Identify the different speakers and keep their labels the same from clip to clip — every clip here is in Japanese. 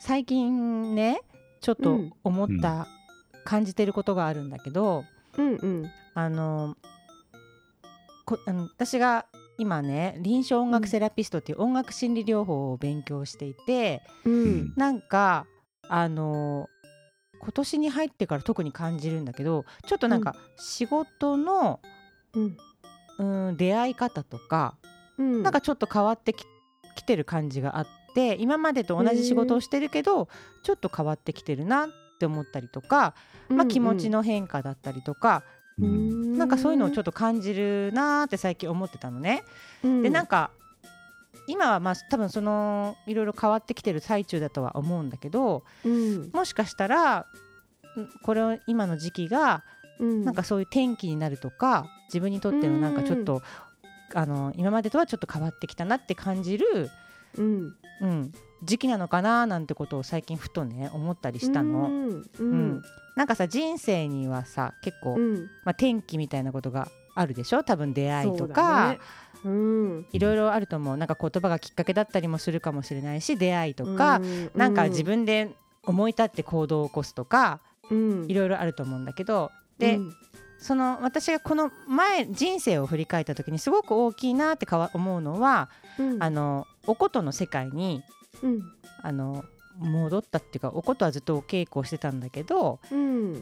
Speaker 1: 最近ねちょっ
Speaker 2: う
Speaker 1: と
Speaker 2: ん
Speaker 1: 思った、感じてることがあるんだけど
Speaker 2: うんうん
Speaker 1: あのこあの私が今ね臨床音楽セラピストっていう音楽心理療法を勉強していて、
Speaker 2: うん
Speaker 1: なんかあの今年に入ってから特に感じるんだけどちょっとなんか仕事の、
Speaker 2: うん
Speaker 1: うん、出会い方とか
Speaker 2: うん
Speaker 1: なんかちょっと変わってききてる感じがあって今までと同じ仕事をしてるけどちょっと変わってきてるなって思ったりとか、まあ、気持ちの変化だったりとか、なんかそういうのをちょ
Speaker 2: ょっ
Speaker 1: っと感じるなーって最近思ってたのね。
Speaker 2: と
Speaker 1: でなんか
Speaker 2: か
Speaker 1: 今はまあ多分そのいろいろ変わってきてる最中だとは思うんだけど
Speaker 2: うん
Speaker 1: もしかしたらうんこれを今の時期が
Speaker 2: うん
Speaker 1: なんかそういう転機になるとか自分にとってのなんかちょっと、あの今までとはちょっと変わってきたなって感じる、
Speaker 2: うん
Speaker 1: うん、時期なのかななんてことを最近ふとね思ったりした
Speaker 2: う
Speaker 1: の。
Speaker 2: んう
Speaker 1: うん
Speaker 2: ん
Speaker 1: なんかさ人生にはさ結構、
Speaker 2: うん
Speaker 1: まあ、転機みたいなことがあるでしょ多分出会い
Speaker 2: そ
Speaker 1: と
Speaker 2: うだ
Speaker 1: か、
Speaker 2: ねうん
Speaker 1: いろいろあると思うなんか言葉がきっかけだったりもするかもしれないし出会いとか、
Speaker 2: うん
Speaker 1: なんか自分で思い立って行動を起こすとか
Speaker 2: うん
Speaker 1: いろいろあると思うんだけどで、
Speaker 2: うん
Speaker 1: その私がこの前人生を振り返った時にすごく大きいなってかわ思うのは、
Speaker 2: うん
Speaker 1: あのおことの世界に
Speaker 2: うん
Speaker 1: あの戻ったっていうかおことはずっとお稽古をしてたんだけど
Speaker 2: うん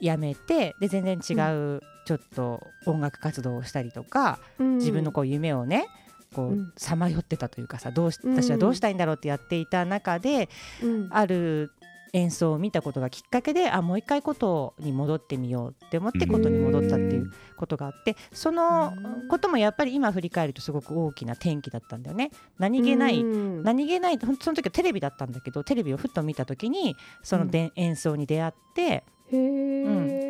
Speaker 1: やめてで全然違うちょっと音楽活動をしたりとか、
Speaker 2: うん
Speaker 1: 自分のこう夢をねこ
Speaker 2: うん
Speaker 1: うさまよってたというかさどうし
Speaker 2: うん
Speaker 1: 私はどうしたいんだろうってやっていた中で、
Speaker 2: うん
Speaker 1: ある演奏を見たことがきっかけであもう一回ことに戻ってみようって思ってことに戻ったっていうことがあってその
Speaker 2: うん
Speaker 1: こともやっぱり今振り返るとすごく大きな転機だったんだよね。何気ない、
Speaker 2: うん
Speaker 1: 何気ないほんとその時はテレビだったんだけどテレビをふっと見た時にそので、演奏に出会って
Speaker 2: へ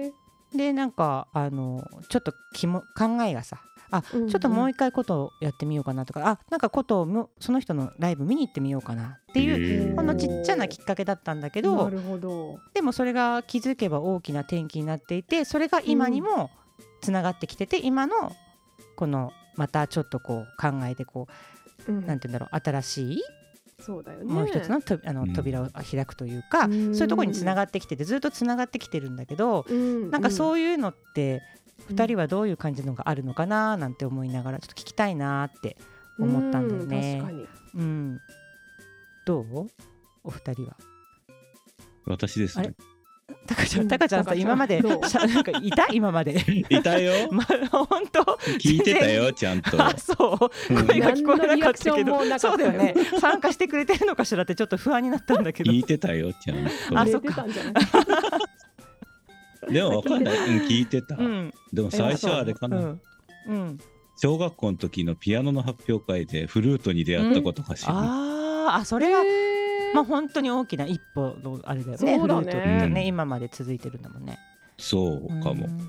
Speaker 2: え
Speaker 1: でなんかあのちょっと気も考えがさあち
Speaker 2: うん
Speaker 1: ょ
Speaker 2: うん
Speaker 1: っともう一回ことをやってみようかなとか、あなんかことをもその人のライブ見に行ってみようかなっていう、
Speaker 2: へー
Speaker 1: ほんのちっちゃなきっかけだったんだけど
Speaker 2: なるほど
Speaker 1: でもそれが気づけば大きな転機になっていてそれが今にもつながってきてて、今のこのまたちょっとこう考えてこ
Speaker 2: うん
Speaker 1: うなんて言うんだろう新しい
Speaker 2: そうだよね
Speaker 1: もう一つのとあの
Speaker 3: うん
Speaker 1: 扉を開くというか、
Speaker 2: うん
Speaker 1: そういうところにつながってきててずっとつながってきてるんだけど、なんか
Speaker 2: う
Speaker 1: そういうのって
Speaker 2: うん
Speaker 1: 2人はどういう感じのがあるのかななんて思いながらちょっと聞きたいなって思ったんだよね
Speaker 2: う確かに
Speaker 1: うん、どうお二人は
Speaker 3: 私ですね。
Speaker 1: たかちゃ
Speaker 2: うんん
Speaker 1: たかちゃん
Speaker 2: た
Speaker 1: さ
Speaker 2: かちゃん
Speaker 1: 今まで
Speaker 2: どう
Speaker 1: しゃなんかいた今ま で
Speaker 3: い たよ。
Speaker 1: ま本当
Speaker 3: 聞いてたよ、ちゃんと。
Speaker 1: あそう
Speaker 3: うん
Speaker 1: 声が聞こえなかった
Speaker 2: 何のリアクショ
Speaker 1: け
Speaker 2: ンも
Speaker 1: ど
Speaker 2: なか
Speaker 1: そ
Speaker 2: っ
Speaker 1: う
Speaker 2: た
Speaker 1: だ
Speaker 2: よ
Speaker 1: よね参加してくれてるのかしらってちょっと不安になったんだけど
Speaker 3: 聞いてたよ、ちゃ
Speaker 1: あ
Speaker 3: ん
Speaker 1: そって
Speaker 2: 出
Speaker 1: か
Speaker 2: たんじゃない
Speaker 3: と。でもわかんない。うん聞いてた
Speaker 1: う。ん
Speaker 3: でも最初はあれか
Speaker 1: う
Speaker 3: な。
Speaker 1: ん、うん、
Speaker 3: 小学校の時のピアノの発表会でフルートに出会ったことかしら。
Speaker 1: あーあそれは
Speaker 2: へー
Speaker 1: まあ本当に大きな一歩のあれだよね
Speaker 2: そうだね
Speaker 1: フルートってね、
Speaker 3: うん
Speaker 1: 今まで続いてるんだもんね。
Speaker 3: そうかも
Speaker 1: う。ん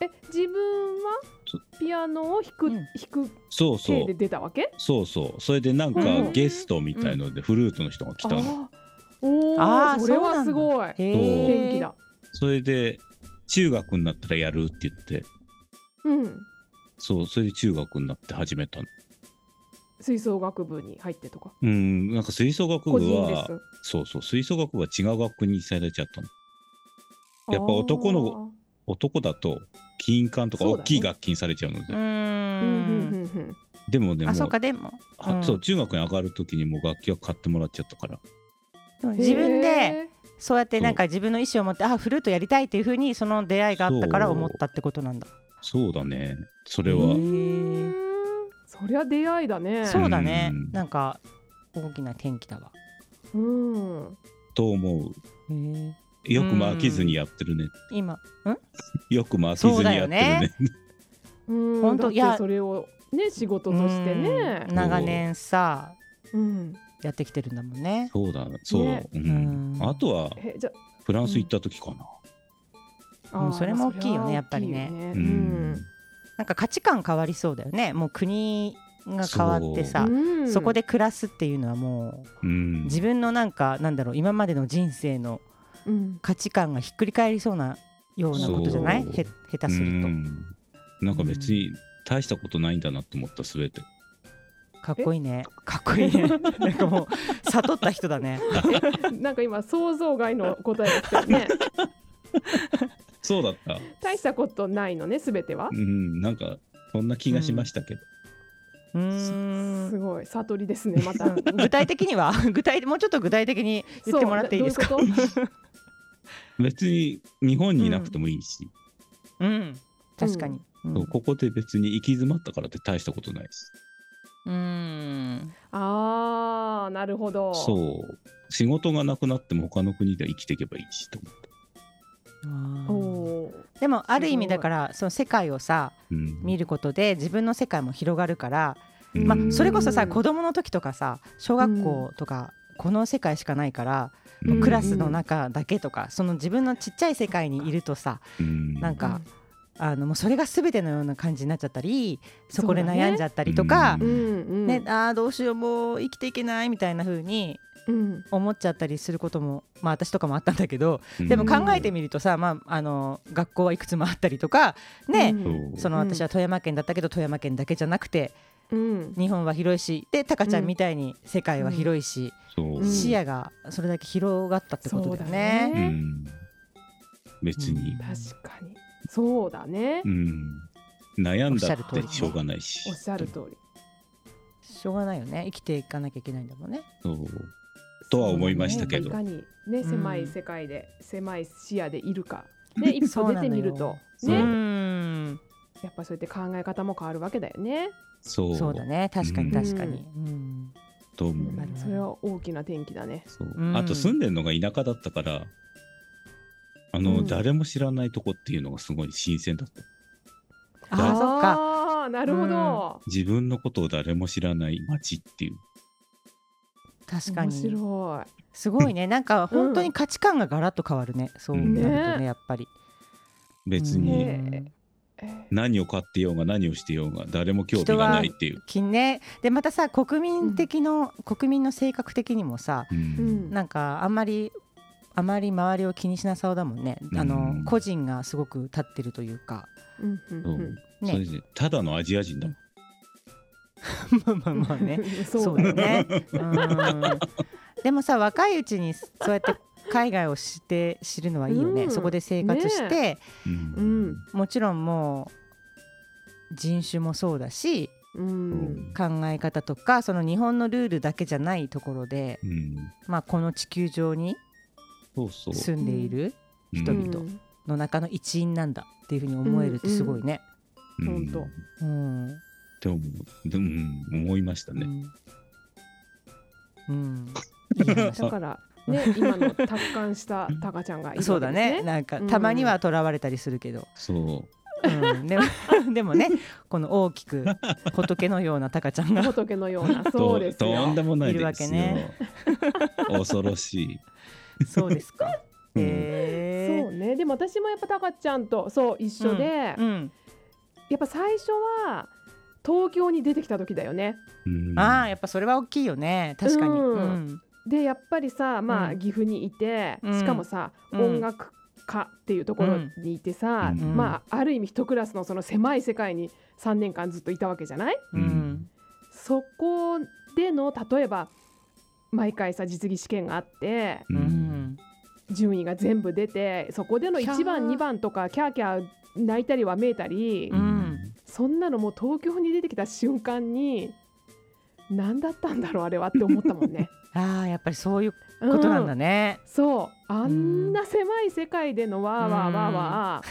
Speaker 2: え自分は
Speaker 3: そ
Speaker 2: ピアノを弾く
Speaker 1: うん
Speaker 2: 弾く
Speaker 3: そうそ
Speaker 2: 系
Speaker 3: う
Speaker 2: で。出たわけ
Speaker 3: そうそう。それでなん
Speaker 2: う
Speaker 3: か
Speaker 2: ん
Speaker 3: ゲストみたいのでフルートの人が来たの。
Speaker 2: あーお
Speaker 1: あー
Speaker 2: ーそれはすご
Speaker 1: へ
Speaker 2: い
Speaker 3: そうなんだ
Speaker 2: 元気だ
Speaker 3: それで中学になったらやるって言って。
Speaker 2: うん
Speaker 3: そう、それで中学になって始めたの。
Speaker 2: 吹奏楽部に入ってとか
Speaker 3: うん、なんか吹奏楽
Speaker 2: 個
Speaker 3: 部
Speaker 2: 人で
Speaker 3: は
Speaker 2: す、
Speaker 3: そうそう、吹奏楽部は違う学校にされちゃったの。やっぱ男の男だと金管とか
Speaker 2: そう
Speaker 3: 大
Speaker 2: だね
Speaker 3: きい楽器にされちゃうので
Speaker 1: うー
Speaker 2: あーうんうんうんんうん
Speaker 3: でもねも
Speaker 1: あそうかでも
Speaker 3: あ
Speaker 1: うん
Speaker 3: そう中学に上がる時にもう楽器は買ってもらっちゃったから
Speaker 1: 自分で
Speaker 2: へ
Speaker 1: そうやってなんか自分の意思を持ってあフルートやりたいっていうふうにその出会いがあったから思ったってことなんだ。
Speaker 3: そうだねそれ
Speaker 2: ー
Speaker 1: う
Speaker 3: は
Speaker 1: ん
Speaker 2: うーんそりゃ出会いだね
Speaker 1: そうだね
Speaker 3: うん
Speaker 1: なんか大きな転機だわ。
Speaker 2: うん
Speaker 3: と思うよくも飽きずにやってるね
Speaker 1: 今ん
Speaker 3: よくも飽きずにやってるね
Speaker 2: うん
Speaker 1: ほんと
Speaker 2: だって
Speaker 1: いや
Speaker 2: それをね仕事としてね
Speaker 1: うん長年さ
Speaker 2: うん
Speaker 1: やってきてるんだもんね。
Speaker 3: そうだそう、
Speaker 2: ね
Speaker 3: うん
Speaker 1: うん
Speaker 3: あとは
Speaker 2: えじゃ
Speaker 3: フランス行った時かな
Speaker 2: あ
Speaker 1: うんそれも大きいよねやっぱりね
Speaker 2: それは大
Speaker 3: う
Speaker 2: きいよね
Speaker 3: ん
Speaker 1: なんか価値観変わりそうだよねもう国が変わってさ
Speaker 2: う。ん
Speaker 1: そこで暮らすっていうのはもう
Speaker 3: うん
Speaker 1: 自分のなんかなんだろう今までの人生の
Speaker 2: うん
Speaker 1: 価値観がひっくり返りそうなようなことじゃない
Speaker 3: そう
Speaker 1: へ下手す
Speaker 3: う
Speaker 1: る
Speaker 3: んなんか別に大したことないんだなと思った全て
Speaker 1: と。かっこいいねかっこいい ねなんかもう悟った人だね
Speaker 2: なんか今想像外の答えが来たよね
Speaker 3: そうだった。
Speaker 2: 大したことないのね全ては
Speaker 3: う、ん、なんか、そんな気がしましたけど。
Speaker 1: うーん
Speaker 2: すごい悟りですねまた
Speaker 1: 具体的には 具体もうちょっと具体的に 言ってもらっていいですか
Speaker 2: そうどういうこと
Speaker 3: 別に日本にいなくてもいいし、
Speaker 1: うん確かに、うん
Speaker 3: そうここで別に行き詰まったからって大したことないです。
Speaker 1: うーん
Speaker 2: あーなるほど
Speaker 3: そう。仕事がなくなっても他の国で生きていけばいいしと思って。
Speaker 2: おー
Speaker 1: でもある意
Speaker 2: すごい
Speaker 1: 味だからその世界をさ
Speaker 3: うん
Speaker 1: 見ることで自分の世界も広がるから、
Speaker 3: うん
Speaker 1: まあ、それこそ
Speaker 2: う
Speaker 1: さ
Speaker 2: ん
Speaker 1: 子供の時とかさ小学校とか、この世界しかないから、
Speaker 3: うん
Speaker 1: クラスの中だけとかその自分のちっちゃい世界にいるとさ
Speaker 3: うん
Speaker 1: なんかあのもうそれが全てのような感じになっちゃったりそこで悩んじゃったりとか
Speaker 2: う、んうん
Speaker 1: ねあーどうしようもう生きていけないみたいな風に
Speaker 2: うん
Speaker 1: 思っちゃったりすることもまあ私とかもあったんだけど
Speaker 3: うん
Speaker 1: でも考えてみるとさ、まあ、あの学校はいくつもあったりとかね、
Speaker 3: そう
Speaker 1: その
Speaker 2: うん
Speaker 1: 私は富山県だったけど富山県だけじゃなくて
Speaker 2: うん
Speaker 1: 日本は広いしでタカちゃんみたいに世界は広いし、
Speaker 3: そう、
Speaker 2: うん
Speaker 1: 視野がそれだけ広がったってことだよね。
Speaker 3: うん別に、
Speaker 2: 確かにそうだね
Speaker 3: うん、悩んだってしょうがないし
Speaker 2: おっしゃる通り
Speaker 1: しょうがないよね生きていかなきゃいけないんだもんね。
Speaker 3: そうとは思いましたけど
Speaker 2: そうだねいかにね
Speaker 1: うん
Speaker 2: 狭い世界で、狭い視野でいるか ね一
Speaker 1: そ
Speaker 2: 歩
Speaker 1: うな
Speaker 2: 出
Speaker 1: の
Speaker 2: て
Speaker 1: よ
Speaker 2: みると
Speaker 3: そう
Speaker 2: ね
Speaker 1: ん
Speaker 2: やっぱそうやって考え方も変わるわけだよね、
Speaker 3: そう
Speaker 1: そうだね確かに確かに。うん
Speaker 3: と思う、
Speaker 1: なるほど
Speaker 2: それは大きな転機だね
Speaker 3: そう
Speaker 1: うん
Speaker 3: あと住んでるのが田舎だったからあの、
Speaker 2: うん
Speaker 3: 誰も知らないとこっていうのがすごい新鮮だった
Speaker 1: あーそっか
Speaker 2: あーなるほど、
Speaker 3: 自分のことを誰も知らない町っていう
Speaker 1: 確か
Speaker 2: 面
Speaker 1: に
Speaker 2: 白い
Speaker 1: すごいねなんか本当に価値観がガラッと変わるね、そうなるとね
Speaker 2: ね
Speaker 1: やっぱり。
Speaker 2: う
Speaker 3: 別に
Speaker 2: んえ
Speaker 3: 何を買ってようが何をしてようが誰も興味がないっていう、
Speaker 1: 近ねでまたさ国民的の、国民の性格的にもさ
Speaker 3: う
Speaker 2: ーうんん
Speaker 1: なんかあんまりあまり周りを気にしなさそうだもんね、あ
Speaker 3: う
Speaker 1: の
Speaker 3: ん
Speaker 1: 個人がすごく立ってるというか
Speaker 2: うんうん
Speaker 3: そう
Speaker 2: うん
Speaker 3: それ
Speaker 1: ね
Speaker 3: でただのアジア人だもん
Speaker 1: まあまあまあね
Speaker 2: そ
Speaker 1: そうう
Speaker 2: だ
Speaker 1: だ
Speaker 2: よ
Speaker 1: よ
Speaker 2: ね
Speaker 1: ねうんでもさ若いうちにそうやって海外を知って知るのはいいよね、
Speaker 2: うん
Speaker 1: そこで生活して、
Speaker 2: うん
Speaker 1: もちろんもう人種もそうだし
Speaker 2: うん
Speaker 1: 考え方とかその日本のルールだけじゃないところで、
Speaker 3: うん
Speaker 1: まあ、この地球上に
Speaker 3: そうそう
Speaker 1: 住んでいる
Speaker 3: 人
Speaker 1: 人々の中の一員なんだっていうふうに思えるってすごいね。
Speaker 2: ほん
Speaker 3: っ
Speaker 2: と
Speaker 1: うん
Speaker 3: て思うでもうん思いました
Speaker 1: う
Speaker 3: ね、
Speaker 1: んうんいい話
Speaker 2: だからね今の達観したタカちゃんがいるわけです、ね、
Speaker 1: そうだねなんか
Speaker 2: うん
Speaker 1: たまにはとらわれたりするけど、
Speaker 3: そう
Speaker 1: うんでも でもねこの大きく仏のようなタカちゃんが
Speaker 2: 仏のよう な
Speaker 3: と
Speaker 2: そうですよ
Speaker 3: とんでもないで
Speaker 1: い
Speaker 3: すよ
Speaker 1: るわけね
Speaker 3: 恐ろしい、
Speaker 1: そうですか。
Speaker 3: うん
Speaker 1: へ
Speaker 2: そうねでも私もやっぱタカちゃんとそう一緒で、
Speaker 1: え。うん
Speaker 2: やっぱ最初は東京に出てきた時だよね
Speaker 3: うん
Speaker 1: ああやっぱそれは大きいよね確かに。
Speaker 2: うん
Speaker 1: うん
Speaker 2: でやっぱりさまあ、
Speaker 1: うん
Speaker 2: 岐阜にいて、
Speaker 1: うん
Speaker 2: しかもさ、
Speaker 1: うん
Speaker 2: 音楽家っていうところにいてさ、
Speaker 3: うん
Speaker 2: まあある意味一クラスのその狭い世界に3年間ずっといたわけじゃない
Speaker 1: うん
Speaker 2: そこでの例えば毎回さ実技試験があって
Speaker 3: う
Speaker 1: うんん
Speaker 2: 順位が全部出てそこでの1
Speaker 1: キ
Speaker 2: 番
Speaker 1: ャー
Speaker 2: 2番とかキャーキャー泣いたりわめいたり、
Speaker 1: ううん
Speaker 2: そんなのもう東京に出てきた瞬間に何だったんだろうあれはって思った もんね。
Speaker 1: ああやっぱりそういう
Speaker 2: う
Speaker 1: ことなんだね。
Speaker 2: そうあんな狭い世界でのわーわーわーわ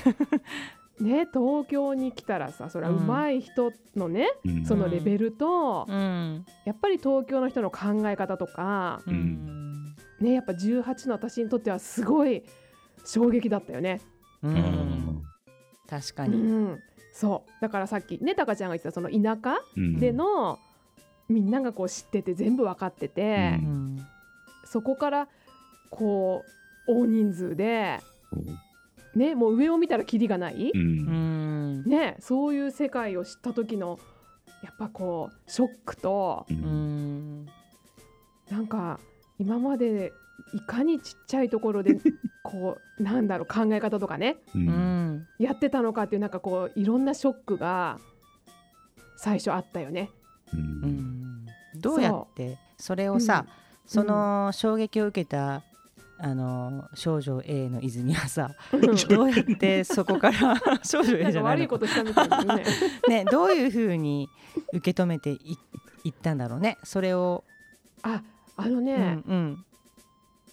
Speaker 2: ー、ね東京に来たらさそれは上手い人のね、
Speaker 3: うん
Speaker 2: そのレベルと、
Speaker 1: うん
Speaker 2: やっぱり東京の人の考え方とか、
Speaker 1: うんん
Speaker 2: ねやっぱ18の私にとってはすごい衝撃だったよね。
Speaker 1: う
Speaker 3: うん
Speaker 1: ん確か
Speaker 2: う
Speaker 1: に。
Speaker 2: ん、そうだからさっきねタカちゃんが言ってたその田舎
Speaker 3: うん
Speaker 2: での、みんながこう知ってて全部分かってて、
Speaker 3: うん
Speaker 1: うん
Speaker 2: そこからこう大人数で、
Speaker 3: そう
Speaker 2: ね、もう上を見たらキリがない、
Speaker 3: うん
Speaker 1: うん
Speaker 2: ね、そういう世界を知った時のやっぱこうショックと
Speaker 3: う
Speaker 1: うんん
Speaker 2: なんか今までいかにちっちゃいとこ ろでこうなんだろう考え方とかね
Speaker 3: うん
Speaker 1: うん
Speaker 2: やってたのかっていうなんかこういろんなショックが最初あったよね。
Speaker 3: うん
Speaker 1: うんどうやってそれをさ、その衝撃を受けたあの少女 A の泉はさ
Speaker 2: うんうん
Speaker 1: どうやってそこから少女
Speaker 2: な
Speaker 1: A
Speaker 2: ん
Speaker 1: じ
Speaker 2: か
Speaker 1: ゃない
Speaker 2: 悪い
Speaker 1: の
Speaker 2: ことしたみたいです ね。
Speaker 1: ねどういうふうに受け止めていいったんだろうねそれを、
Speaker 2: ああの
Speaker 1: う
Speaker 2: ね
Speaker 1: ん、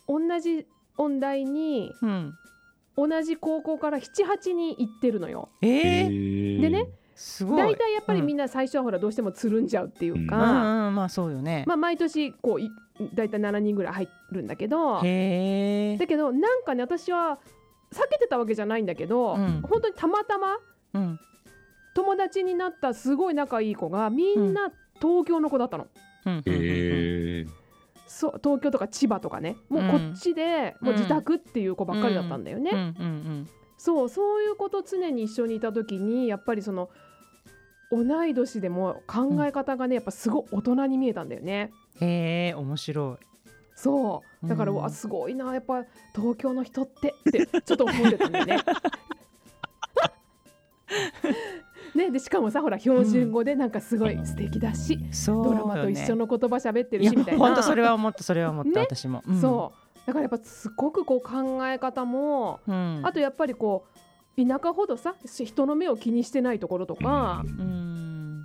Speaker 1: うん
Speaker 2: 同じ音大に
Speaker 1: うん、
Speaker 2: 同じ高校から78人行ってるのよ。
Speaker 1: え
Speaker 3: え
Speaker 1: ー、
Speaker 3: ー
Speaker 2: でね、
Speaker 1: すごい
Speaker 2: 大体やっぱりみんな最初はほらどうしてもつるんじゃうっていう
Speaker 1: うん
Speaker 2: か、
Speaker 1: うん、まあそうよね、
Speaker 2: まあ、毎年こうい大体7人ぐらい入るんだけど
Speaker 1: へえ
Speaker 2: だけどなんかね私は避けてたわけじゃないんだけど、
Speaker 1: うん
Speaker 2: 本当にたまたま
Speaker 1: うん
Speaker 2: 友達になったすごい仲いい子がみんな東京の子だったの。
Speaker 1: うんうんうん
Speaker 3: えー
Speaker 2: そう東京とか千葉とかねもうこっちで、
Speaker 1: うん
Speaker 2: もう自宅っていう子ばっかりだったんだよね、
Speaker 1: うんうん
Speaker 2: そうそういうこと常に一緒にいた時にやっぱりその同い年でも考え方がねやっぱすごい大人に見えたんだよね
Speaker 1: うんへえ面白
Speaker 2: そうだから、
Speaker 1: うん
Speaker 2: うわすごいなやっぱ東京の人ってってちょっと思ってたんだよ ね。ね、でしかもさほら標準語でなんかすごい素敵だし、
Speaker 1: いそう
Speaker 2: ドラマと一緒
Speaker 1: の
Speaker 2: の言葉喋ってる
Speaker 1: いや
Speaker 2: しみたいな。
Speaker 1: 本当それは思ったそれは思った、
Speaker 2: ね
Speaker 1: 私も、うん
Speaker 2: そうだからやっぱすごくこう考え方も、
Speaker 1: うん、
Speaker 2: あとやっぱりこう田舎ほどさし人の目を気にしてないところとか、
Speaker 1: うん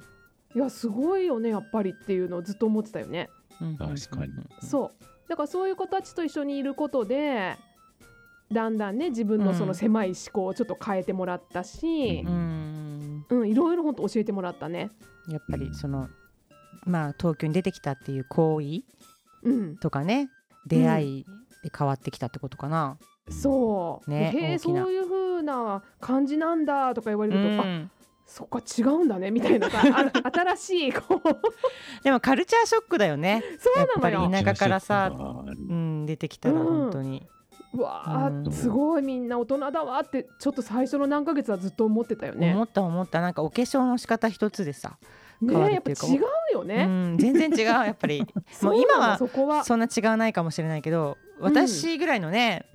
Speaker 2: いやすごいよねやっぱりっていうのをずっと思ってたよね。
Speaker 1: うん
Speaker 3: 確かに
Speaker 2: そうだからそういう子たちと一緒にいることでだんだんね自分のその狭い思考をちょっと変えてもらったし
Speaker 1: う、ん、
Speaker 2: うんいろいろ本当教えてもらったね。
Speaker 1: やっぱりそのまあ東京に出てきたっていう行為
Speaker 2: うん、
Speaker 1: とかね出会いで変わってきたってことかな、
Speaker 2: そう、
Speaker 1: ね
Speaker 2: へえ
Speaker 1: 大き
Speaker 2: そ
Speaker 1: な
Speaker 2: ういう風な感じなんだとか言われると、あ
Speaker 1: うん
Speaker 2: そっか違うんだねみたいなさあ新しいこう
Speaker 1: でもカルチャーショックだよね、
Speaker 2: そうなの
Speaker 1: やっぱ
Speaker 2: よ。
Speaker 1: り田舎からさ
Speaker 3: めちゃくちゃショックがある
Speaker 1: うん、出てきたら
Speaker 2: うん
Speaker 1: 本当に、
Speaker 2: うわあ、
Speaker 1: うん
Speaker 2: すごいみんな大人だわってちょっと最初の何ヶ月はずっと思ってたよね
Speaker 1: 思。った思ったなんかお化粧の仕方一つでさ、変わ
Speaker 2: ね
Speaker 1: る
Speaker 2: やっ
Speaker 1: って
Speaker 2: ぱ
Speaker 1: い
Speaker 2: 違
Speaker 1: うか
Speaker 2: うよ
Speaker 1: う
Speaker 2: ね。
Speaker 1: ん、全然違うやっぱり
Speaker 2: そうなの
Speaker 1: 今は
Speaker 2: そこはそ
Speaker 1: そんな違わないかもしれないけど私ぐらいのね、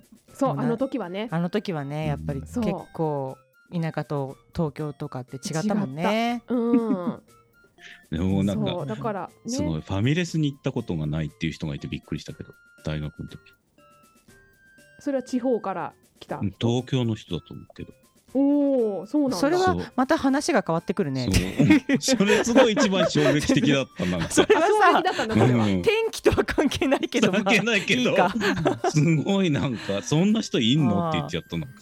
Speaker 2: うあの時はね
Speaker 1: あの時はねやっぱり結
Speaker 2: そう
Speaker 1: 構田舎と東京とかって違ったもんね。
Speaker 2: うん
Speaker 3: でもなん
Speaker 2: そうだ
Speaker 3: か
Speaker 2: から
Speaker 3: すご
Speaker 2: ね
Speaker 3: いファミレスに行ったことがないっていう人がいてびっくりしたけど大学の時
Speaker 2: それは地方から来た
Speaker 3: うん。東京の人だと思うけど
Speaker 2: おおそうなん
Speaker 1: それ
Speaker 2: だ。
Speaker 1: は
Speaker 3: そう
Speaker 1: また話が変わってくるね。
Speaker 3: そう それすごい一番衝撃的だったなんか
Speaker 1: それは
Speaker 2: 衝撃
Speaker 1: さ
Speaker 2: だったんだ
Speaker 3: う
Speaker 2: それは。
Speaker 3: ん
Speaker 1: 天気とは関係ないけど
Speaker 3: 関係ないけど
Speaker 1: まあいいか
Speaker 3: すごいなんかそんな人いんのって言っちゃったなんか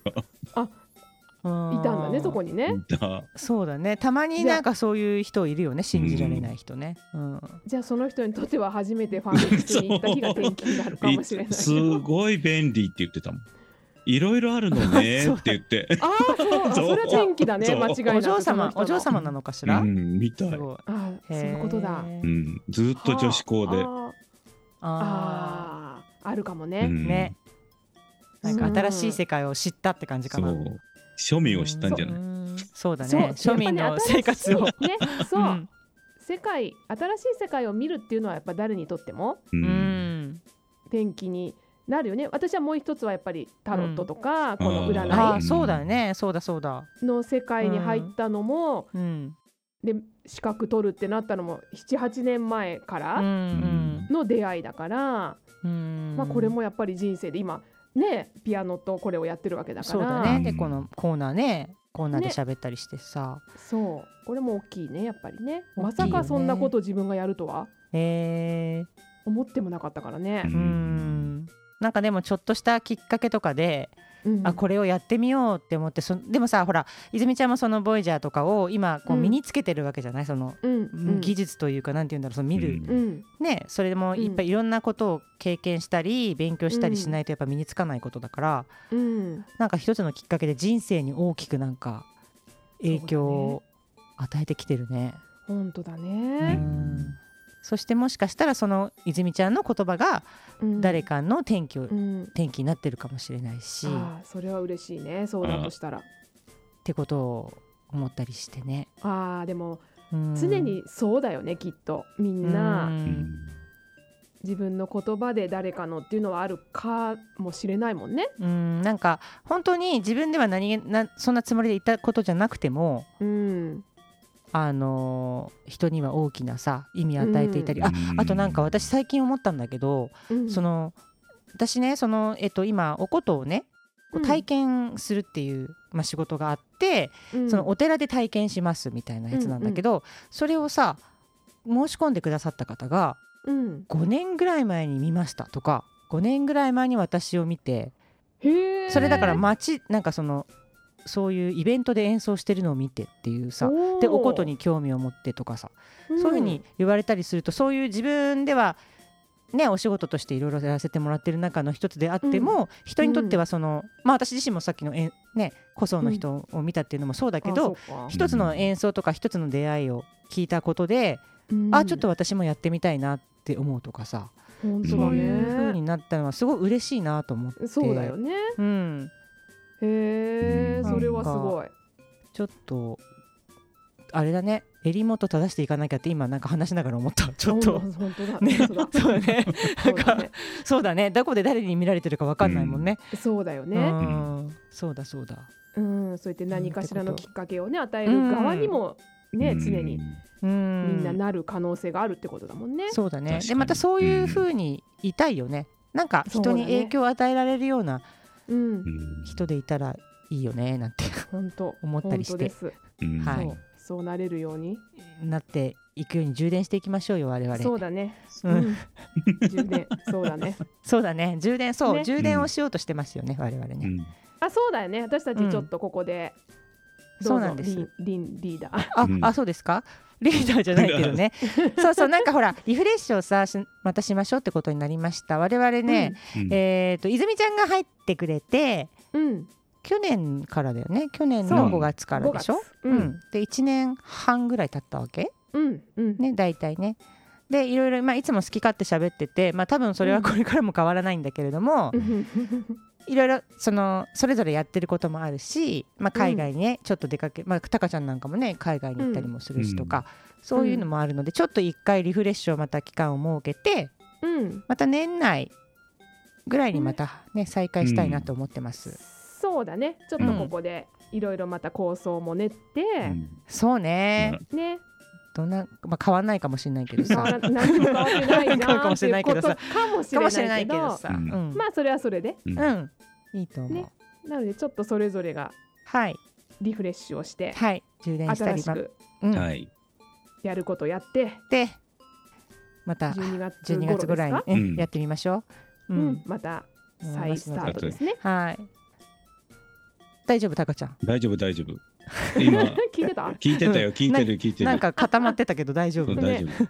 Speaker 1: い
Speaker 2: いたんだねそこにね。
Speaker 3: いた
Speaker 1: そうだねたまになんかそういう人いるよね信じられない人ね。うん
Speaker 2: じゃあその人にとっては初めてファンレスに行った日が転機になるかもしれない
Speaker 3: い。すごい便利って言ってたもん。いろいろあるの ねって言って。
Speaker 2: ああそうあ
Speaker 3: そう
Speaker 2: それは天気だね
Speaker 3: そう
Speaker 2: 間違いなく
Speaker 1: お嬢様
Speaker 2: その人の
Speaker 1: お嬢様なのかし
Speaker 3: う
Speaker 1: ら。
Speaker 3: ん、みたい
Speaker 1: す。ごい
Speaker 2: ああそういうことだ。
Speaker 1: へ
Speaker 3: う
Speaker 1: ー
Speaker 3: ん、ずっと女子校で。
Speaker 2: はあ
Speaker 1: あ
Speaker 2: あああるかも
Speaker 3: う
Speaker 2: ね。
Speaker 3: ん
Speaker 1: ね。ーなんか新しい世界を知ったって感じか
Speaker 3: そ
Speaker 1: な。
Speaker 3: う。庶民を知ったんじゃない
Speaker 1: いそうだ
Speaker 2: そう
Speaker 1: ね庶民
Speaker 2: や
Speaker 1: の
Speaker 2: っぱね
Speaker 1: 生活を
Speaker 2: 新。しいねそう、
Speaker 1: うん
Speaker 2: 世界新しい世界を見るっていうのはやっぱ誰にとっても
Speaker 1: う
Speaker 3: う。
Speaker 1: んん
Speaker 2: 天気になるよね私はもう一つはやっぱりタロットとか、この
Speaker 1: あ
Speaker 2: 占
Speaker 1: あ
Speaker 3: ー
Speaker 1: そうだよねそうだそうだ。
Speaker 2: いの世界に入ったのも、
Speaker 1: うん
Speaker 2: で資格取るってなったのも78年前か
Speaker 1: うん
Speaker 2: らの出会いだから、
Speaker 1: うんうん
Speaker 2: まあ、これもやっぱり人生で今ねピアノとこれをやってるわけだから
Speaker 1: そうだねで
Speaker 3: うん
Speaker 1: このコーナーねコーナーで喋ったりしてさ、
Speaker 2: そうこれも大きいねやっぱりね
Speaker 1: 大
Speaker 2: ま
Speaker 1: きいよ
Speaker 2: さ
Speaker 1: ね
Speaker 2: かそんなこと自分がやるとは
Speaker 1: え
Speaker 2: 思ってもなかったからね
Speaker 1: ー、う。んなんかでもちょっとしたきっかけとかで、
Speaker 2: うん
Speaker 1: あこれをやってみようって思ってそでもさほら泉ちゃんもそのボイジャーとかを今こう
Speaker 2: うん
Speaker 1: 身につけてるわけじゃない、その
Speaker 2: うんうん
Speaker 1: 技術というかなんて言うんだろうその見る、
Speaker 3: うん
Speaker 2: うん
Speaker 1: ねそれでもいっぱいいろんなことを経験したり勉強したりしないとやっぱ身につかないことだから、
Speaker 2: うん
Speaker 1: なんか一つのきっかけで人生に大きくなんか影響を与えてきてるね。
Speaker 2: 本当だ
Speaker 1: う
Speaker 2: ね、
Speaker 1: んそしてもしかしたらその泉ちゃんの言葉が
Speaker 2: うん
Speaker 1: 誰、かの転機を、
Speaker 2: うん、
Speaker 1: 転機になってるかもしれないし、っ
Speaker 2: ああそれは嬉しいねそうだとしたら
Speaker 1: てことを思ったりしてね。
Speaker 2: ああでも
Speaker 1: うん
Speaker 2: 常にそうだよねきっとみん
Speaker 1: う
Speaker 2: なん自分の言葉で誰かのっていうのはあるかもしれないもんね、
Speaker 1: うんなんか本当に自分では何気なそんなつもりで言ったことじゃなくても
Speaker 2: うん、
Speaker 1: あのー人には大きなさ意味与えていたり、
Speaker 3: うん
Speaker 1: ああとなんか私最近思ったんだけど、
Speaker 2: うん
Speaker 1: その私ねその、えっと、今おことをねこう体験するっていう、まあ、仕事があって、
Speaker 2: うん
Speaker 1: そのお寺で体験しますみたいなやつなんだけど、それをさ申し込んでくださった方が
Speaker 2: うん
Speaker 1: 5年ぐらい前に見ましたとか5年ぐらい前に私を見て
Speaker 2: へえ
Speaker 1: それだから街なんかそのそういうイベントで演奏してるのを見てっていうさ
Speaker 2: おー
Speaker 1: でおことに興味を持ってとかさ
Speaker 2: ん
Speaker 1: そういうふうに言われたりするとそういう自分ではねお仕事としていろいろやらせてもらってる中の一つであっても、人にとってはその、まあ私自身もさっきのえんね個想の人を見たっていうのもそうだけど、
Speaker 2: あそうか
Speaker 1: 一つの演奏とか一つの出会いを聞いたことで、
Speaker 2: うん
Speaker 1: あちょっと私もやってみたいなって思うとかさ、
Speaker 2: 本当
Speaker 1: そ
Speaker 2: だ
Speaker 1: ういう風に
Speaker 2: ね
Speaker 1: なったのはすごい嬉しいなと思って
Speaker 2: そうだよね
Speaker 1: うん、
Speaker 2: へえ
Speaker 3: うん
Speaker 2: それはすごい
Speaker 1: ちょっとあれだね襟元正していかなきゃって今なんか話しながら思ったちょっと。
Speaker 2: 本当だ
Speaker 1: ね、
Speaker 2: 本
Speaker 1: そ
Speaker 2: 当
Speaker 1: うだ
Speaker 2: だ
Speaker 1: ね
Speaker 2: そうだね
Speaker 1: そうだねどこで誰に見られてるかわかんないもんね。
Speaker 2: そうだよ
Speaker 1: う
Speaker 2: ね
Speaker 1: ん、そうだそうだ。
Speaker 2: うんそうやって何かしら
Speaker 1: う
Speaker 2: の
Speaker 1: んって
Speaker 2: き
Speaker 1: こ
Speaker 2: っかけをね与える側にもね常に
Speaker 1: う
Speaker 2: み
Speaker 1: ん、
Speaker 2: んななる可能性があるってことだもんね
Speaker 1: そうだね
Speaker 3: 確かに
Speaker 1: でまたそういう風にいたいよねなんか人に影響を与えられるような
Speaker 2: うん
Speaker 3: うん
Speaker 1: 人でいたらいいよねなんて
Speaker 2: 本当
Speaker 1: 思ったりして
Speaker 2: 本当です
Speaker 3: うん
Speaker 1: は
Speaker 2: そ
Speaker 1: いう
Speaker 2: そうなれるように
Speaker 1: なっていくように充電していきましょうよ我々
Speaker 2: そうだね
Speaker 1: うん
Speaker 2: うん充電そうだ ね
Speaker 1: そうだね充電そう、
Speaker 2: ね
Speaker 1: 充電をしようとしてますよね我々
Speaker 3: う
Speaker 1: ね、
Speaker 3: ん
Speaker 2: あそうだよね私たちちょっとここで
Speaker 1: そうなんです
Speaker 2: どぞリンリンリーダー
Speaker 1: あ
Speaker 3: うん
Speaker 1: あそうですかリーダーじゃないけど ねそうそうなんかほらリフレッシュをさしまたしましょうってことになりました我々ね、
Speaker 3: うん
Speaker 1: えっ、と泉ちゃんが入ってくれて
Speaker 2: うん
Speaker 1: 去年からだよね去年の
Speaker 3: そ
Speaker 1: 5
Speaker 3: う
Speaker 1: 月から
Speaker 2: 5
Speaker 1: で
Speaker 2: 月
Speaker 1: しょ
Speaker 2: う
Speaker 1: うんん、で1年半ぐらい経ったわけ
Speaker 2: うんうん
Speaker 1: ね大体ねでいろいろ、まあ、いつも好き勝手喋ってて、まあ、多分それはこれからも変わらないんだけれども、いろいろそのそれぞれやってることもあるし、まあ、海外にね、ちょっと出かけ、まあ、タカちゃんなんかもね海外に行ったりもするしとか、そういうのもあるのでちょっと一回リフレッシュをまた期間を設けて
Speaker 2: うん
Speaker 1: また年内ぐらいにまた、ね、再開したいなと思ってます。
Speaker 2: そうだねちょっとここでいろいろまた構想も練って、
Speaker 3: うん
Speaker 1: そうね
Speaker 3: な
Speaker 2: ね
Speaker 1: どんな、まあ、変わんないかもしれないけど
Speaker 2: 変
Speaker 1: さ
Speaker 2: わら何にも変わってない
Speaker 1: 変
Speaker 2: な
Speaker 1: わる かもしれないけどさ
Speaker 2: っていうこと
Speaker 1: か
Speaker 2: か
Speaker 1: も
Speaker 2: も
Speaker 1: し
Speaker 2: し
Speaker 1: れ
Speaker 2: れ
Speaker 1: な
Speaker 2: ないい
Speaker 1: け
Speaker 2: け
Speaker 1: ど
Speaker 2: ど
Speaker 1: さ、
Speaker 3: う
Speaker 1: うんん
Speaker 2: まあそれはそれで
Speaker 1: うん、いいと思う。
Speaker 2: ねなのでちょっとそれぞれが
Speaker 1: はい、
Speaker 2: リフレッシュをして
Speaker 1: はい、充電した
Speaker 2: 新
Speaker 1: り
Speaker 2: し
Speaker 1: ば、
Speaker 2: く
Speaker 1: うん、
Speaker 3: はい。
Speaker 2: やることやって
Speaker 1: で、また
Speaker 2: 12月
Speaker 1: 12月
Speaker 2: 頃
Speaker 1: ぐ
Speaker 2: で
Speaker 1: ら
Speaker 2: す
Speaker 1: いに
Speaker 2: か、
Speaker 1: う
Speaker 3: うんん
Speaker 1: やってみましょう。
Speaker 2: う
Speaker 1: うんん、
Speaker 2: また再スタートですね
Speaker 1: はい。大丈夫、タカちゃん。
Speaker 3: 大丈夫、大丈夫。 今、
Speaker 2: 聞いてた
Speaker 3: 聞いてたよ、聞いてる、聞いて
Speaker 1: なん
Speaker 3: る。
Speaker 1: か固まってたけど大丈
Speaker 3: う
Speaker 1: 夫
Speaker 3: ん。大丈夫。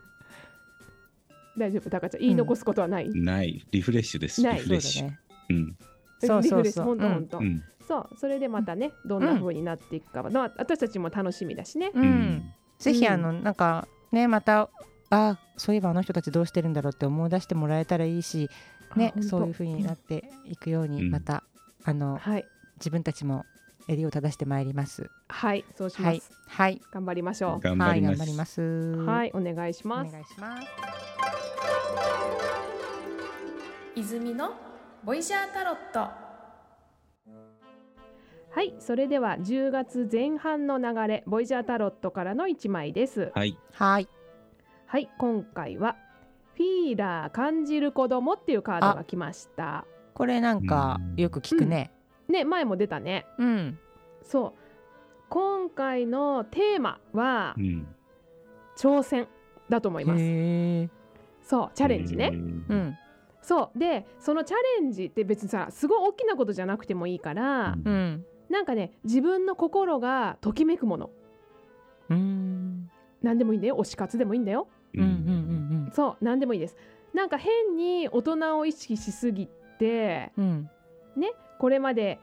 Speaker 2: 大丈夫タカちゃん言い残すことはない、
Speaker 3: ない。リフレッシュです。リ
Speaker 2: ない
Speaker 3: フレッシュ。
Speaker 1: ね。
Speaker 3: うん。
Speaker 1: そうそう
Speaker 2: リフ
Speaker 1: そう
Speaker 2: レッシュ本当
Speaker 1: うん
Speaker 2: 本当、
Speaker 3: うん。
Speaker 2: そうそれでまたねどんな風になっていくかは、まあ私たちも楽しみだしね
Speaker 1: う。
Speaker 3: うんん
Speaker 1: ぜひ
Speaker 2: うん
Speaker 1: あのなんかねまたあそういえばあの人たちどうしてるんだろうって思い出してもらえたらいいしね
Speaker 2: あ
Speaker 1: そういう
Speaker 2: 本
Speaker 1: 風になっていくように
Speaker 3: うん
Speaker 1: またあ
Speaker 2: 当
Speaker 1: の
Speaker 2: はい
Speaker 1: 自分たちも襟を正してまいります。
Speaker 2: はいそうします、
Speaker 1: はいはい
Speaker 2: 頑張りましょ
Speaker 3: 頑張
Speaker 1: はい
Speaker 3: りま
Speaker 1: 頑
Speaker 3: す。
Speaker 1: 張ります。
Speaker 2: う
Speaker 1: は
Speaker 2: はいお願いし
Speaker 1: お
Speaker 2: ます
Speaker 1: 願いします。
Speaker 4: 泉のボイジャータロット
Speaker 2: はいそれでは10月前半の流れボイジャータロットからの1枚です
Speaker 3: はい。
Speaker 1: はい
Speaker 2: はい今回はフィーラー感じる子供っていうカードが来ました
Speaker 1: これなんか
Speaker 3: うん
Speaker 1: よく聞くね。
Speaker 2: ね前も出たね
Speaker 1: うん。
Speaker 2: そう今回のテーマは
Speaker 3: うん。
Speaker 2: 挑戦だと思います、
Speaker 1: へえ。
Speaker 2: そうチ
Speaker 3: チ
Speaker 2: ャレンジね、
Speaker 1: う
Speaker 3: うん。
Speaker 1: ん
Speaker 2: そうでそのチャレンジって別にさすごい大きなことじゃなくてもいいから、
Speaker 1: うん
Speaker 2: なんかね自分の心がときめくもの
Speaker 1: うん
Speaker 2: 何でもいいんだよ推し活でもいいんだよ
Speaker 1: うんうんうん
Speaker 2: そう何でもいいですなんか変に大人を意識しすぎて
Speaker 1: うんうん
Speaker 2: これまで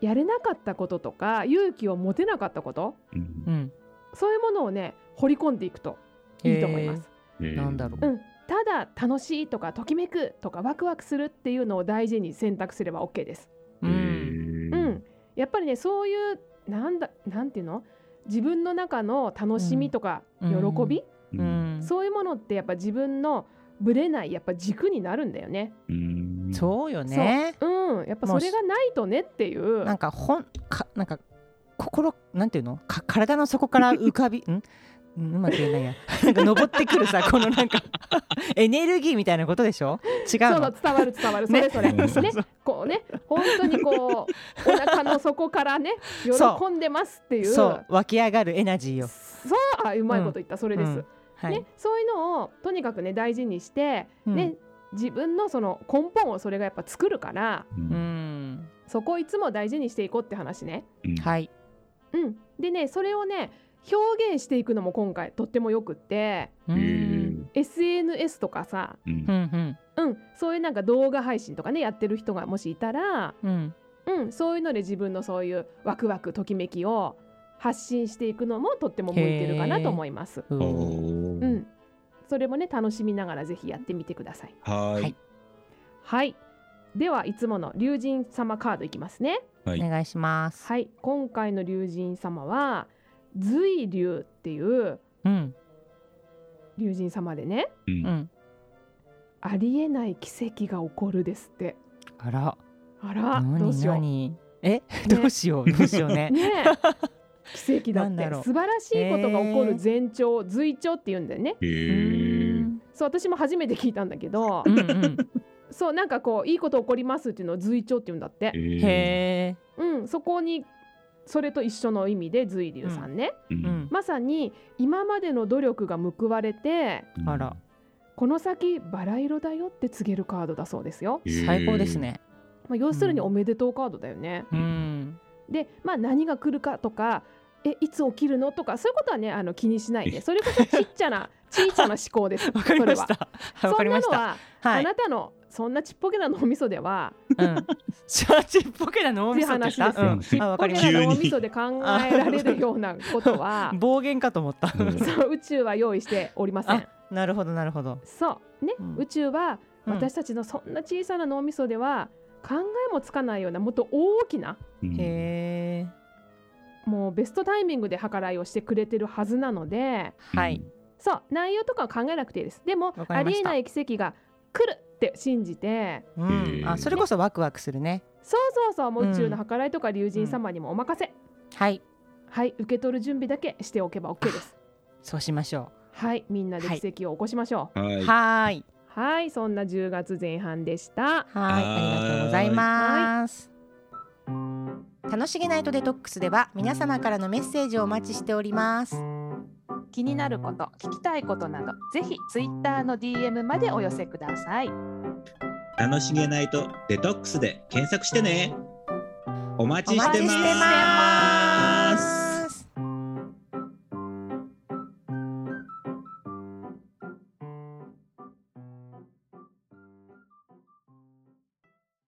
Speaker 2: やれなかったこととか勇気を持てなかったこと
Speaker 3: うん
Speaker 1: うん。
Speaker 2: そういうものをね掘り込んでいくといいと思います、
Speaker 3: うん
Speaker 1: なんだろ
Speaker 2: うん、ただ楽しいとかときめくとかワクワクするっていうのを大事に選択すれば OK です。
Speaker 1: う。
Speaker 3: うんん
Speaker 2: うん、やっぱりねそういうなんだなんていうの自分の中の楽しみとか
Speaker 1: う
Speaker 2: 喜
Speaker 1: ん
Speaker 2: び、
Speaker 3: う
Speaker 1: うんん。
Speaker 2: そういうものってやっぱ自分のぶれないやっぱ軸になるんだよね。
Speaker 3: うん
Speaker 1: そうよね。
Speaker 2: うん、やっぱそれがないとねっていう
Speaker 1: なんか本かなんか心なんていうのか体の底から浮かびんうんうまく言えないや なんか登ってくるさこのなんか エネルギーみたいなことでしょ違う
Speaker 2: そう
Speaker 1: の
Speaker 2: 伝わる伝わるそ
Speaker 1: ね
Speaker 2: れそれ、
Speaker 3: そうそう
Speaker 2: ねこうね本当にこうお腹の底からね
Speaker 1: そう
Speaker 2: 喜んでますっていう
Speaker 1: そう湧き上がるエナジーよ、
Speaker 2: そうあうまいこと言った、それです、
Speaker 1: うんはい
Speaker 2: ねそういうのをとにかくね大事にして、
Speaker 1: うん
Speaker 2: ね自分のその根本をそれがやっぱ作るから
Speaker 3: うん
Speaker 1: うん
Speaker 2: そこをいつも大事にしていこうって話ね
Speaker 3: うん
Speaker 1: はい
Speaker 2: うんでねそれをね表現していくのも今回とってもよくって
Speaker 1: う
Speaker 3: へ
Speaker 1: ん
Speaker 3: ー
Speaker 2: SNS とかさ
Speaker 3: うん
Speaker 1: うん
Speaker 2: うん、そういうなんか動画配信とかねやってる人がもしいたら、
Speaker 1: うんうん
Speaker 2: うん、そういうので自分のそういうワクワクときめきを発信していくのもとっても向いてるかなと思います。
Speaker 1: う
Speaker 3: お
Speaker 1: ん
Speaker 3: ー
Speaker 2: うん、それもね楽しみながらぜひやってみてください。
Speaker 3: はーい
Speaker 2: はい、ではいつもの龍神様カードいきますね。
Speaker 1: お願いします、
Speaker 2: はい、今回の龍神様は随龍っていう
Speaker 1: うん
Speaker 2: 龍神様でね、
Speaker 3: うん
Speaker 1: うん
Speaker 2: ありえない奇跡が起こるですって。
Speaker 1: あら
Speaker 2: あら、どう
Speaker 1: 何
Speaker 2: しよう。
Speaker 1: 何え、 どうしようどうしようね
Speaker 2: ねえ奇跡だ
Speaker 1: な
Speaker 2: っ
Speaker 1: んだろ
Speaker 2: て
Speaker 1: う
Speaker 2: 素晴らしいことが起こる前兆、随兆って言うんだよね
Speaker 1: う
Speaker 3: へー
Speaker 1: ん
Speaker 2: そう私も初めて聞いたんだけど
Speaker 1: うんうん
Speaker 2: そうなんかこういいこと起こりますっていうのを随兆って言うんだって
Speaker 3: へ、ー
Speaker 1: へえ
Speaker 2: うん、そこにそれと一緒の意味で随流さんね、
Speaker 3: う
Speaker 1: うんん
Speaker 2: まさに今までの努力が報われて
Speaker 1: あら
Speaker 2: この先バラ色だよって告げるカードだそうですよ、
Speaker 3: へー
Speaker 1: 最高ですね
Speaker 2: まあ、要するに
Speaker 1: うん
Speaker 2: おめでとうカードだよね、
Speaker 1: うん
Speaker 2: で、まあ、何が来るかとかえいつ起きるのとかそういうことはねあの気にしないでそれこそちっち ゃなちっちゃな思考です。
Speaker 1: わかりまし
Speaker 2: それは
Speaker 1: たはいわかりまし
Speaker 2: そんなの
Speaker 1: た
Speaker 2: は、
Speaker 1: は
Speaker 2: あ
Speaker 1: い
Speaker 2: なたのそんなちっぽけな脳みそでは
Speaker 1: うんシャチっぽけな脳
Speaker 2: って
Speaker 1: み
Speaker 2: いう
Speaker 1: そって
Speaker 2: 話
Speaker 1: さ
Speaker 2: ですよ。
Speaker 3: うん
Speaker 2: ちっ
Speaker 1: あわ
Speaker 2: ぽ
Speaker 1: か
Speaker 2: け
Speaker 1: りまし
Speaker 2: な
Speaker 1: た
Speaker 2: 脳みそで考えられるようなことは
Speaker 1: うん、暴言かと思った
Speaker 3: う ん
Speaker 2: そう宇宙は用意しておりません
Speaker 1: あ。 なるほどなるほど
Speaker 2: そうね、
Speaker 1: うん
Speaker 2: 宇宙は
Speaker 1: うん
Speaker 2: 私たちのそんな小さな脳みそでは考えもつかないようなもっと大きな
Speaker 3: うん
Speaker 1: へえ
Speaker 2: もうベストタイミングで計らいをしてくれてるはずなので
Speaker 1: はい
Speaker 2: そう内容とかは考えなくていいですでも
Speaker 1: わか
Speaker 2: あ
Speaker 1: りま
Speaker 2: り
Speaker 1: し
Speaker 2: え
Speaker 1: た
Speaker 2: ない奇跡が来るって信じて
Speaker 1: う
Speaker 3: へ
Speaker 1: ん
Speaker 3: ー
Speaker 1: あそれこそワクワクするね
Speaker 2: そうそうそうもう宇宙の計らいとか竜神様にもお任せ、
Speaker 1: はい
Speaker 2: はい受け取る準備だけしておけば OK です
Speaker 1: そうしましょ
Speaker 2: はいみんなで奇跡を起こしましょ
Speaker 1: う
Speaker 3: はい
Speaker 1: はーいう
Speaker 2: はいそんな10月前半でし
Speaker 1: はーい、
Speaker 2: た
Speaker 1: ありがとうございます。楽しげナイトデトックスでは皆様からのメッセージをお待ちしております。
Speaker 5: 気になること聞きたいことなどぜひツイッターの DM までお寄せください
Speaker 3: 楽しげないとデトックスで検索してねお待
Speaker 1: お
Speaker 3: ちし
Speaker 1: 待ち
Speaker 3: て
Speaker 1: して
Speaker 3: ま
Speaker 1: ますす。